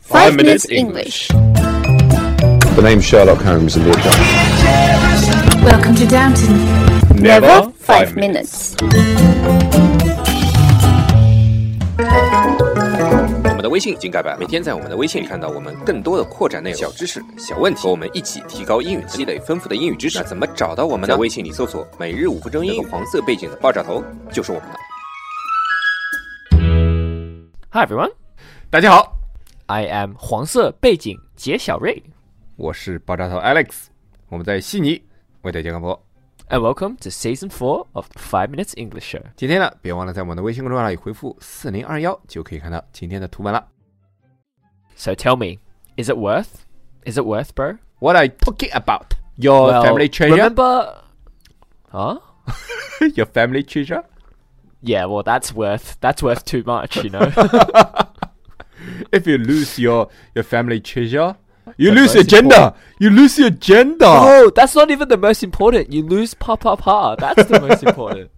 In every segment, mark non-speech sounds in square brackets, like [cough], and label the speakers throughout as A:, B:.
A: Five Minutes English.
B: The name's Sherlock Holmes in the account.
C: Welcome to Downton.
A: Never five minutes.
D: 我们的微信已经改版了，每天在我们的微信里看到我们更多的扩展内容、小知识、小问题，和我们一起提高英语，积累丰富的英语知识。那怎么找到我们呢？在微信里搜索“每日五分钟英语”，黄色背景的爆炸头就是我们的。
E: Hi everyone,
D: 大家好，
E: I am 黄色背景杰小瑞
D: 我是爆炸头 Alex，我们在悉尼为大家广播。
E: and welcome to season 4 of the 5 Minutes English Show.
D: 今天呢，别忘了在我们的微信公众号里回复四零二幺，就可以看到今天的图文了。
E: So tell me, is it worth? Is it worth, bro?
D: What are you talking about? [laughs] Your
E: Well,
D: family treasure?
E: remember Huh?
D: Your family treasure?
E: Yeah, well that's worth that's worth too much,
D: [laughs]
E: you know.
D: If you lose your your family treasure, you
E: lose your gender.
D: You lose your gender.
E: oh, that's not even the most important. You lose pa pa pa. That's the most
D: [laughs]
E: important.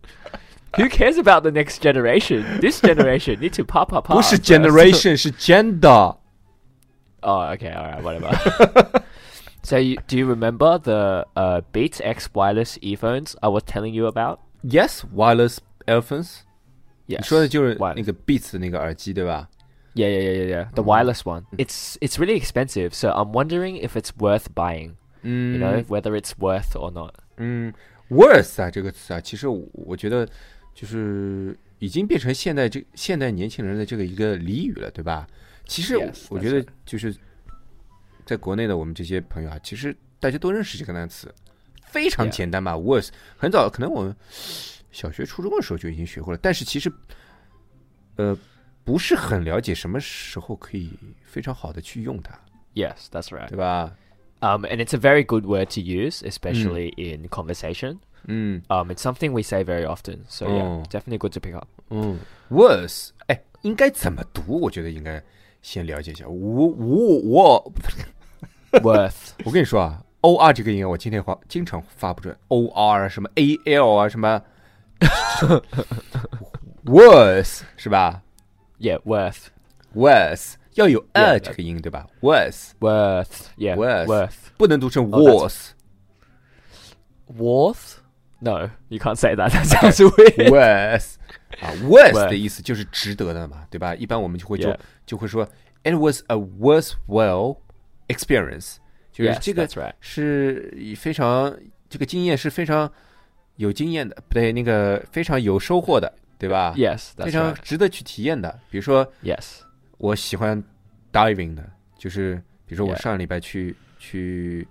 E: Who cares about the next generation? This generation need to pa pa pa.
D: 不是
E: first.
D: generation，是 gender。
E: Oh, okay, all right, whatever.
D: [laughs]
E: [laughs] so, you, do you remember the uh, Beats X wireless earphones I was telling you about?
D: Yes, wireless earphones。
E: Yes.
D: 你说的就是那
E: wireless.
D: 个 Beats 的那个耳机，对吧？
E: Yeah, yeah, yeah, yeah, yeah.
D: Mm.
E: The wireless one. It's it's really expensive, so I'm wondering if it's worth buying. You know,
D: Mm.
E: whether it's worth or not.
D: 嗯，worth 啊这个词啊，其实我我觉得就是已经变成现代这现代年轻人的这个一个俚语了，对吧？其实
E: Yes,
D: 我觉得
E: that's
D: 就是在国内的我们这些朋友啊，其实大家都认识这个单词，非常
E: Yeah.
D: 简单吧。worth 很早，可能我们小学、初中的时候就已经学过了，但是其实呃不是很了解什么时候可以非常好的去用它，
E: Yes, that's right.
D: 对吧？
E: Um, and it's a very good word to
D: Mm.
E: use, especially in conversation.
D: 嗯
E: Um, it's something we say very often, so
D: Oh.
E: yeah, definitely good to pick up.
D: 嗯，worth 哎，应该怎么读？我觉得应该先了解一下。我我我， [laughs]
E: worth.
D: 我跟你说啊，o r 这个音啊我今天发经常发不准，o r 啊什么 a l 啊什么 [laughs] ，worth 是吧
E: Yeah, worth.
D: ？worth 要有 a
E: Yeah，
D: 这个音对吧？worth
E: Worth. Yeah.
D: Worth.
E: worth.
D: 不能读成
E: 哦，that's-
D: worth
E: Worth? No, you can't say that. [laughs] That sounds weird.
D: worth 啊，worth
E: Worth
D: 的意思就是值得的嘛，对吧？一般我们就会就
E: Yeah
D: 就会说，it was a worthwhile experience，就是这
E: Yes,
D: 个
E: that's right.
D: 是非常这个经验是非常有经验的，不对，那个非常有收获的，对吧
E: Yes,
D: 非
E: that's
D: 常
E: right.
D: 值得去体验的。比如说，
E: Yes.
D: 我喜欢 diving 的，就是比如说我
E: Yeah.
D: 上礼拜去去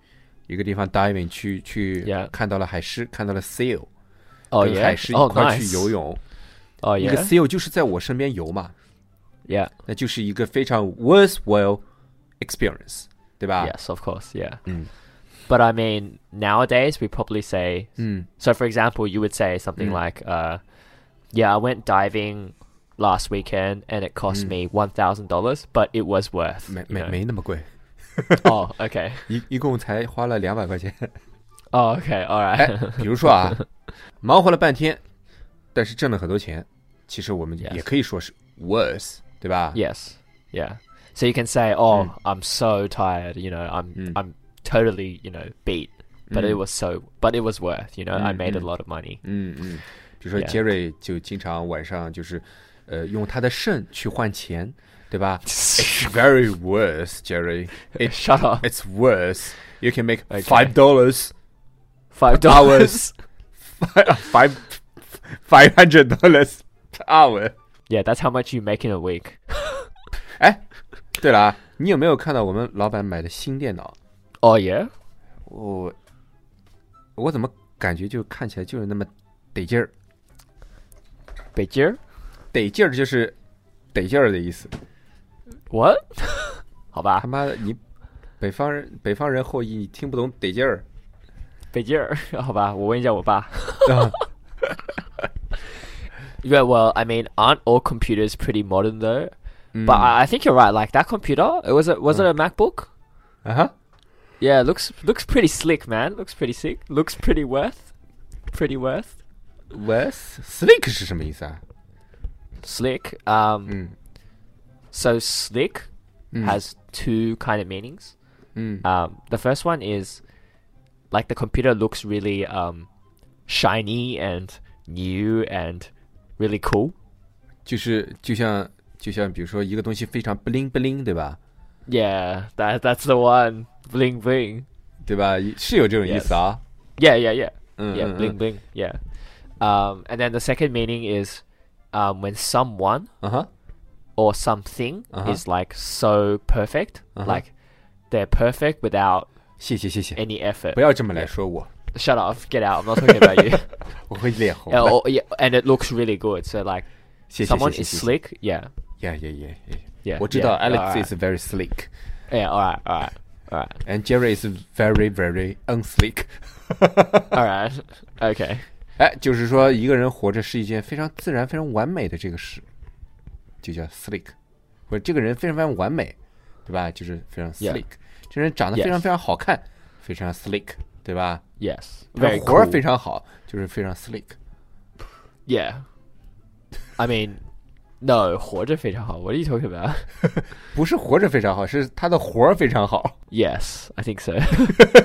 D: 一个地方 diving，去去
E: Yeah.
D: 看到了海狮，看到了 seal，
E: Oh
D: 跟海
E: yeah.
D: 狮
E: Oh
D: 一块儿去
E: nice.
D: 游泳。
E: Oh
D: 那个
E: yeah.
D: seal 就是在我身边游嘛，
E: Yeah.
D: 那就是一个非常 worthwhile experience，对吧
E: Yes, of course. Yeah.
D: Ah. Mm.
E: But I mean, nowadays we probably say.
D: 嗯
E: So, for example, you would say something
D: Mm.
E: like, uh, "Yeah, I went diving last weekend, and it cost
D: Mm.
E: me one thousand dollars, but it was worth."
D: 没
E: you
D: 没
E: know?
D: 没那么贵，
E: [laughs] Oh, okay.
D: 一一共才花了两百块钱。 [laughs]
E: Oh, okay. All
D: 哎
E: right. ，
D: 比如说啊，忙活了半天，但是挣了很多钱，其实我们
E: Yes.
D: 也可以说是 worth，对吧
E: Yes. Yeah. So you can say, "Oh,
D: Hmm.
E: I'm so tired. You know, I'm
D: Mm.
E: I'm totally you know beat, but it
D: Mm.
E: was so, but it was worth. You know, I made
D: Mm,
E: a lot of money.
D: 嗯嗯，比如说
E: Yeah.
D: 杰瑞就经常晚上就是，呃，用他的肾去换钱，对
E: [laughs]
D: 吧？It's very worth, Jerry. [laughs] It,
E: Shut up.
D: it's worth. You can make
E: Okay.
D: five dollars,
E: Five dollars.
D: [laughs] five five hundred dollars per hour.
E: yeah, that's how much you make in a week.
D: 哎，对了啊，你有没有看到我们老板买的新电脑？
E: Oh yeah.
D: 我我怎么感觉就看起来就是那么得劲儿？
E: Big year.
D: 得劲儿就是得劲儿的意思。
E: What? [laughs]
D: 他妈的，你北方人北方人后裔，你听不懂得劲儿
E: [laughs] 好吧，北京，好吧，我问一下我爸。
D: 啊？
E: [laughs] Yeah, well, I mean, aren't all computers pretty modern though?
D: 嗯
E: But
D: Hmm.
E: I, I think you're right. Like that computer, it was it was it a MacBook?
D: 啊哈
E: Yeah, looks looks pretty slick, man. Looks pretty sick. Looks pretty worth. Pretty worth.
D: ，West slick 是什么意思啊？Hmm.
E: Slick. Um.
D: 嗯
E: So slick
D: Hmm.
E: has two kind of meanings.
D: Mm.
E: Um, the first one is like the computer looks really um, shiny and new and really cool.
D: 就是就像就像比如说一个东西非常 bling bling，对吧？
E: Yeah, that that's the one. Bling bling.
D: 对吧？是有这种意思啊。
E: Yeah, yeah, yeah.
D: 嗯
E: Yeah,
D: 嗯
E: bling
D: 嗯
E: bling. Yeah. Um, and then the second meaning is um, when someone
D: 嗯哼
E: or something
D: Uh-huh.
E: is like so perfect,
D: Uh-huh.
E: like they're perfect without
D: 谢谢谢谢，
E: any effort.
D: 不要这么来说我，
E: Shut up, get out. I'm not talking
D: [laughs]
E: about you. [laughs]
D: 我会脸红
E: Yeah,
D: 的。
E: or- yeah, and it looks really good. So like
D: 谢谢
E: someone
D: 谢
E: is
D: 谢谢
E: slick. Yeah.
D: 谢。Yeah yeah yeah yeah
E: Yeah，
D: 我知道
E: yeah，
D: Alex
E: alright
D: is very slick
E: Yeah. All right. All right. All right.
D: and Jerry is very very unslick。 [laughs]
E: All right. [laughs] Okay.
D: 哎，就是说一个人活着是一件非常自然、非常完美的这个事，就叫 slick，或者这个人非常非常完美，对吧？就是非常
E: Yeah.
D: slick，这人长得
E: Yes.
D: 非常非常好看，非常 slick，对吧？
E: Yes.
D: 他
E: Very
D: 活儿
E: cool.
D: 非常好，就是非常 slick。
E: Yeah. I mean, no, 活着非常好. What are you talking about? [laughs]
D: 不是活着非常好，是他的活儿非常好。
E: yes, I think so.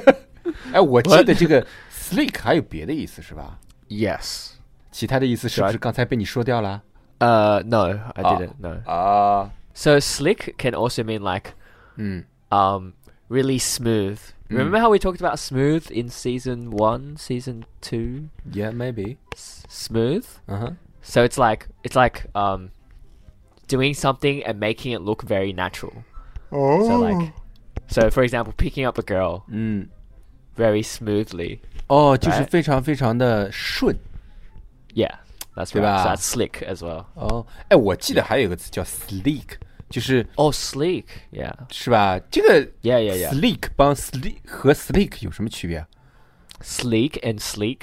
E: [laughs]
D: 哎，我记 [laughs]
E: What？
D: 得这个 slick 还有别的意思是吧？
E: yes.
D: 其他的意思是不啊是刚才被你说掉了？
E: Uh, no, I
D: Ah.
E: didn't. No.
D: 啊，
E: So slick can also mean like,
D: 嗯
E: um, really smooth. Remember how we talked about smooth in season one, season two?
D: ，Yeah maybe，
E: S- smooth.
D: 嗯哼，
E: So it's like it's like um, doing something and making it look very natural. Oh. So like, so for example, picking up a girl
D: 嗯，
E: very smoothly.
D: 哦，就是
E: 哎
D: 非常非常的顺。
E: Yeah, that's
D: Right.
E: right. So that's slick as well.
D: 哦，哎，我记得还有一个词叫 sleek，就是。
E: Oh, sleek. Yeah.
D: 是吧？这个
E: Yeah, yeah, yeah.
D: sleek 帮 sleek 和 sleek 有什么区别啊？
E: Sleek and sleek.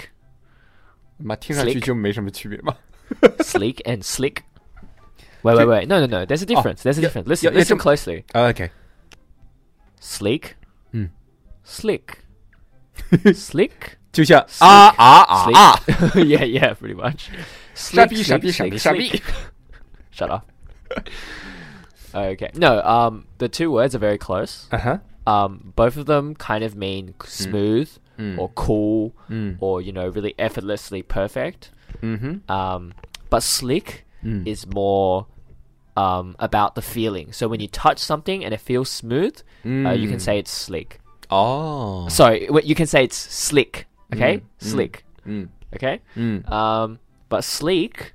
D: 妈，听上去
E: Sleek
D: 就没什么区别嘛。
E: sleek and slick. Wait, wait, wait. No, no, no. There's a difference. There's
D: Oh,
E: a
D: yeah,
E: difference.
D: yeah,
E: Listen,
D: yeah,
E: listen
D: jump-
E: closely.
D: 啊 OK，
E: Sleek.
D: Hmm. [laughs]
E: Slick. Slick.
D: 就像啊啊啊
E: Sleek.
D: 啊，
E: [laughs] yeah, yeah, pretty much.
D: 傻
E: Slick,
D: 逼傻
E: slick,
D: 逼傻
E: slick,
D: 逼傻逼
E: slick.！
D: [laughs]
E: Shut up. Okay. No, um, the two words are very close.
D: 啊哈，
E: Um, both of them kind of mean smooth or cool or, you know, really effortlessly perfect.
D: 嗯哼，
E: Um, but slick is more um, about the feeling. So when you touch something and it feels smooth, uh, you can say it's slick.
D: 哦，
E: Sorry, w- you can say it's slick. Okay, slick.
D: mm.
E: Okay.
D: Mm.
E: Um, but sleek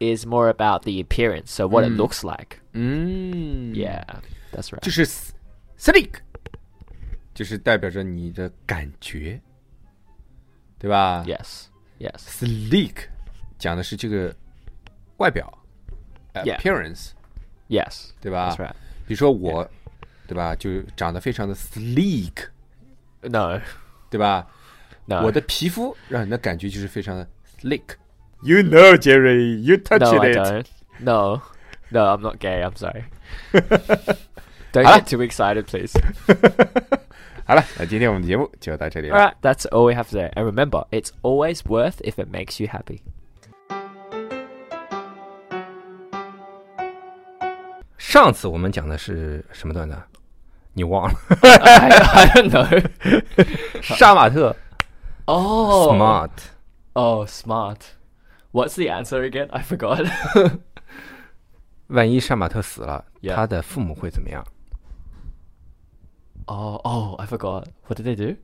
E: is more about the appearance, so what it looks like.
D: Hmm. 嗯，
E: Yeah, that's right.
D: 就是 s- sleek，就是代表着你的感觉，对吧
E: Yes. Yes.
D: ？sleek 讲的是这个外表
E: Yeah
D: appearance，
E: Yes.
D: 对吧
E: That's right.
D: 比如说我，对吧，就长得非常的 sleek，
E: No.
D: 对吧？
F: Uh
E: No.
D: 我的皮肤让人的感觉就是非常的 sleek。You know, Jerry, you touch
E: no, I
D: it.
E: don't. No. No, I'm not gay. I'm sorry. don't
D: Huh?
E: get too excited, please.
D: 好了，那今天我们的节目就到这里
E: All
D: 了。
E: right, that's all we have today. And remember, it's always worth if it makes you happy.
F: 上次我们讲的是什么段呢？你忘了？
D: [laughs]
E: I, I don't know.
F: 杀马特
E: Oh,
F: smart，
E: Oh, smart. What's the answer again? I forgot. [laughs]
F: 万一杀马特死了
E: Yeah
F: 他的父母会怎么样？
E: oh, oh, I forgot. What did they do?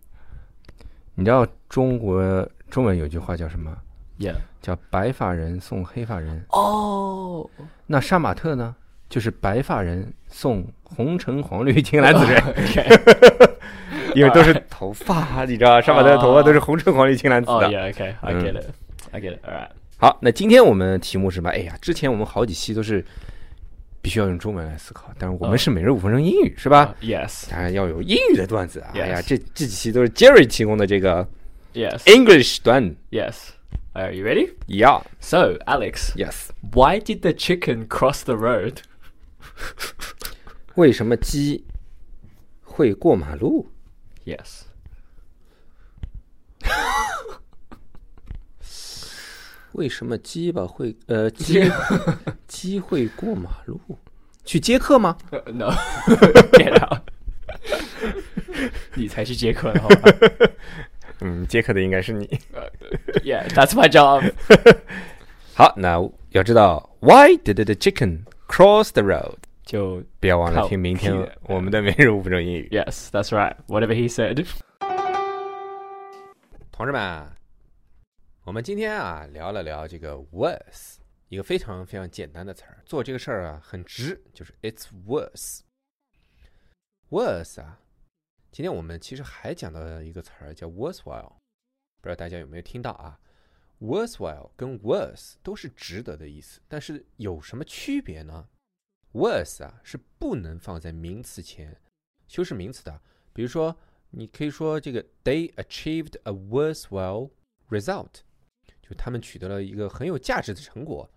F: 你知道中国中文有句话叫什么？
E: Yeah.
F: 叫白发人送黑发人。
E: Oh.
F: 那杀马特呢？就是白发人送红橙黄绿青
E: Oh,
F: 蓝紫水， [laughs]
E: [laughs]
F: 因为都是头发，你知道，杀马特的头发都是红橙黄绿青蓝紫
E: Oh,
F: 的。
E: yeah, okay. I
F: Mm.
E: get it. I get it. All right.
F: 好，那今天我们题目是什么？哎呀，之前我们好几期都是必须要用中文来思考，但是我们是每日五分钟英语，是吧？
E: Yes.
F: 当然要有英语的段子啊！
E: 啊 Yes.
F: 哎呀，这这几期都是 Jerry 提供的这个
E: Yes.
F: English 段
E: Yes. Are you ready?
F: ，Yeah
E: So, Alex,
F: Yes，
E: why did the chicken cross the road?
F: 为什么鸡会过马路？
E: Yes.
D: [laughs]
F: 为什么鸡吧会呃鸡鸡会过马路？
G: 去接客吗？
E: No, [laughs] get out！你才是杰克的好吧
F: 嗯，接客的应该是你。
E: ？Yeah, that's my job.
D: 好，那要知道 Why did the chicken cross the road？
E: 就
D: 不要忘了
E: 靠
D: 听明天
E: 屁的
D: 我们的每日五分钟英语。
E: Yes, that's right. Whatever he said.
D: 同志们，我们今天啊聊了聊这个 was，一个非常非常简单的词儿，做这个事儿啊很直，就是 it's was。was 啊，今天我们其实还讲到一个词儿叫 worthwhile，不知道大家有没有听到啊？worthwhile 跟 was 都是值得的意思，但是有什么区别呢？was 啊是不能放在名词前，修饰名词的，比如说你可以说这个 they achieved a worthwhile result，就他们取得了一个很有价值的成果，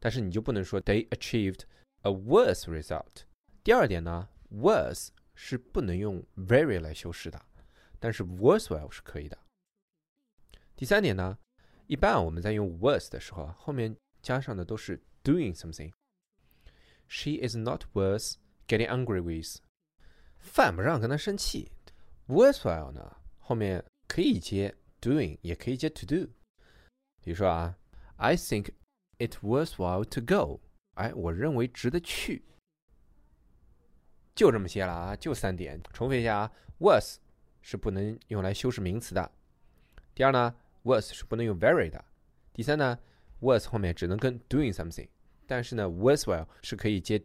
D: 但是你就不能说 they achieved a worth result。第二点呢，worth 是不能用 very 来修饰的，但是 worthwhile 是可以的。第三点呢，一般啊我们在用 worth 的时候啊，后面加上的都是 doing something。She is not worth getting angry with。犯不上跟他生气，worthwhile 呢，啊后面可以接 doing，也可以接 to do。比如说啊，I think it worthwhile to go。哎，我认为值得去。就这么些了啊，就三点。重复一下啊，was 是不能用来修饰名词的。第二呢，was 是不能用 very 的。第三呢，was 后面只能跟 doing something，但是呢，worthwhile 是可以接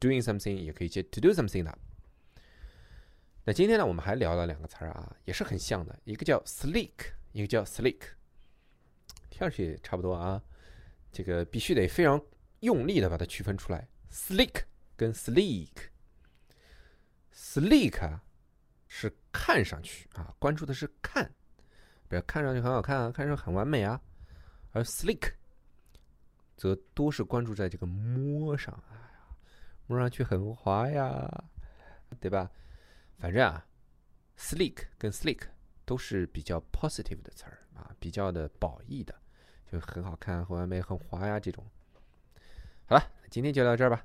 D: doing something，也可以接 to do something 的。那今天呢，我们还聊了两个词儿啊，也是很像的，一个叫 sleek，一个叫 sleek，听上去也差不多啊。这个必须得非常用力的把它区分出来，sleek 跟 sleek，sleek 啊是看上去啊，关注的是看，比如看上去很好看啊，看上去很完美啊，而 sleek 则多是关注在这个摸上，哎呀，摸上去很滑呀，对吧？反正啊，sleek 跟 sleek 都是比较 positive 的词儿啊，比较的褒义的，就很好看、很完美、很滑呀这种。好了，今天就聊到这儿吧。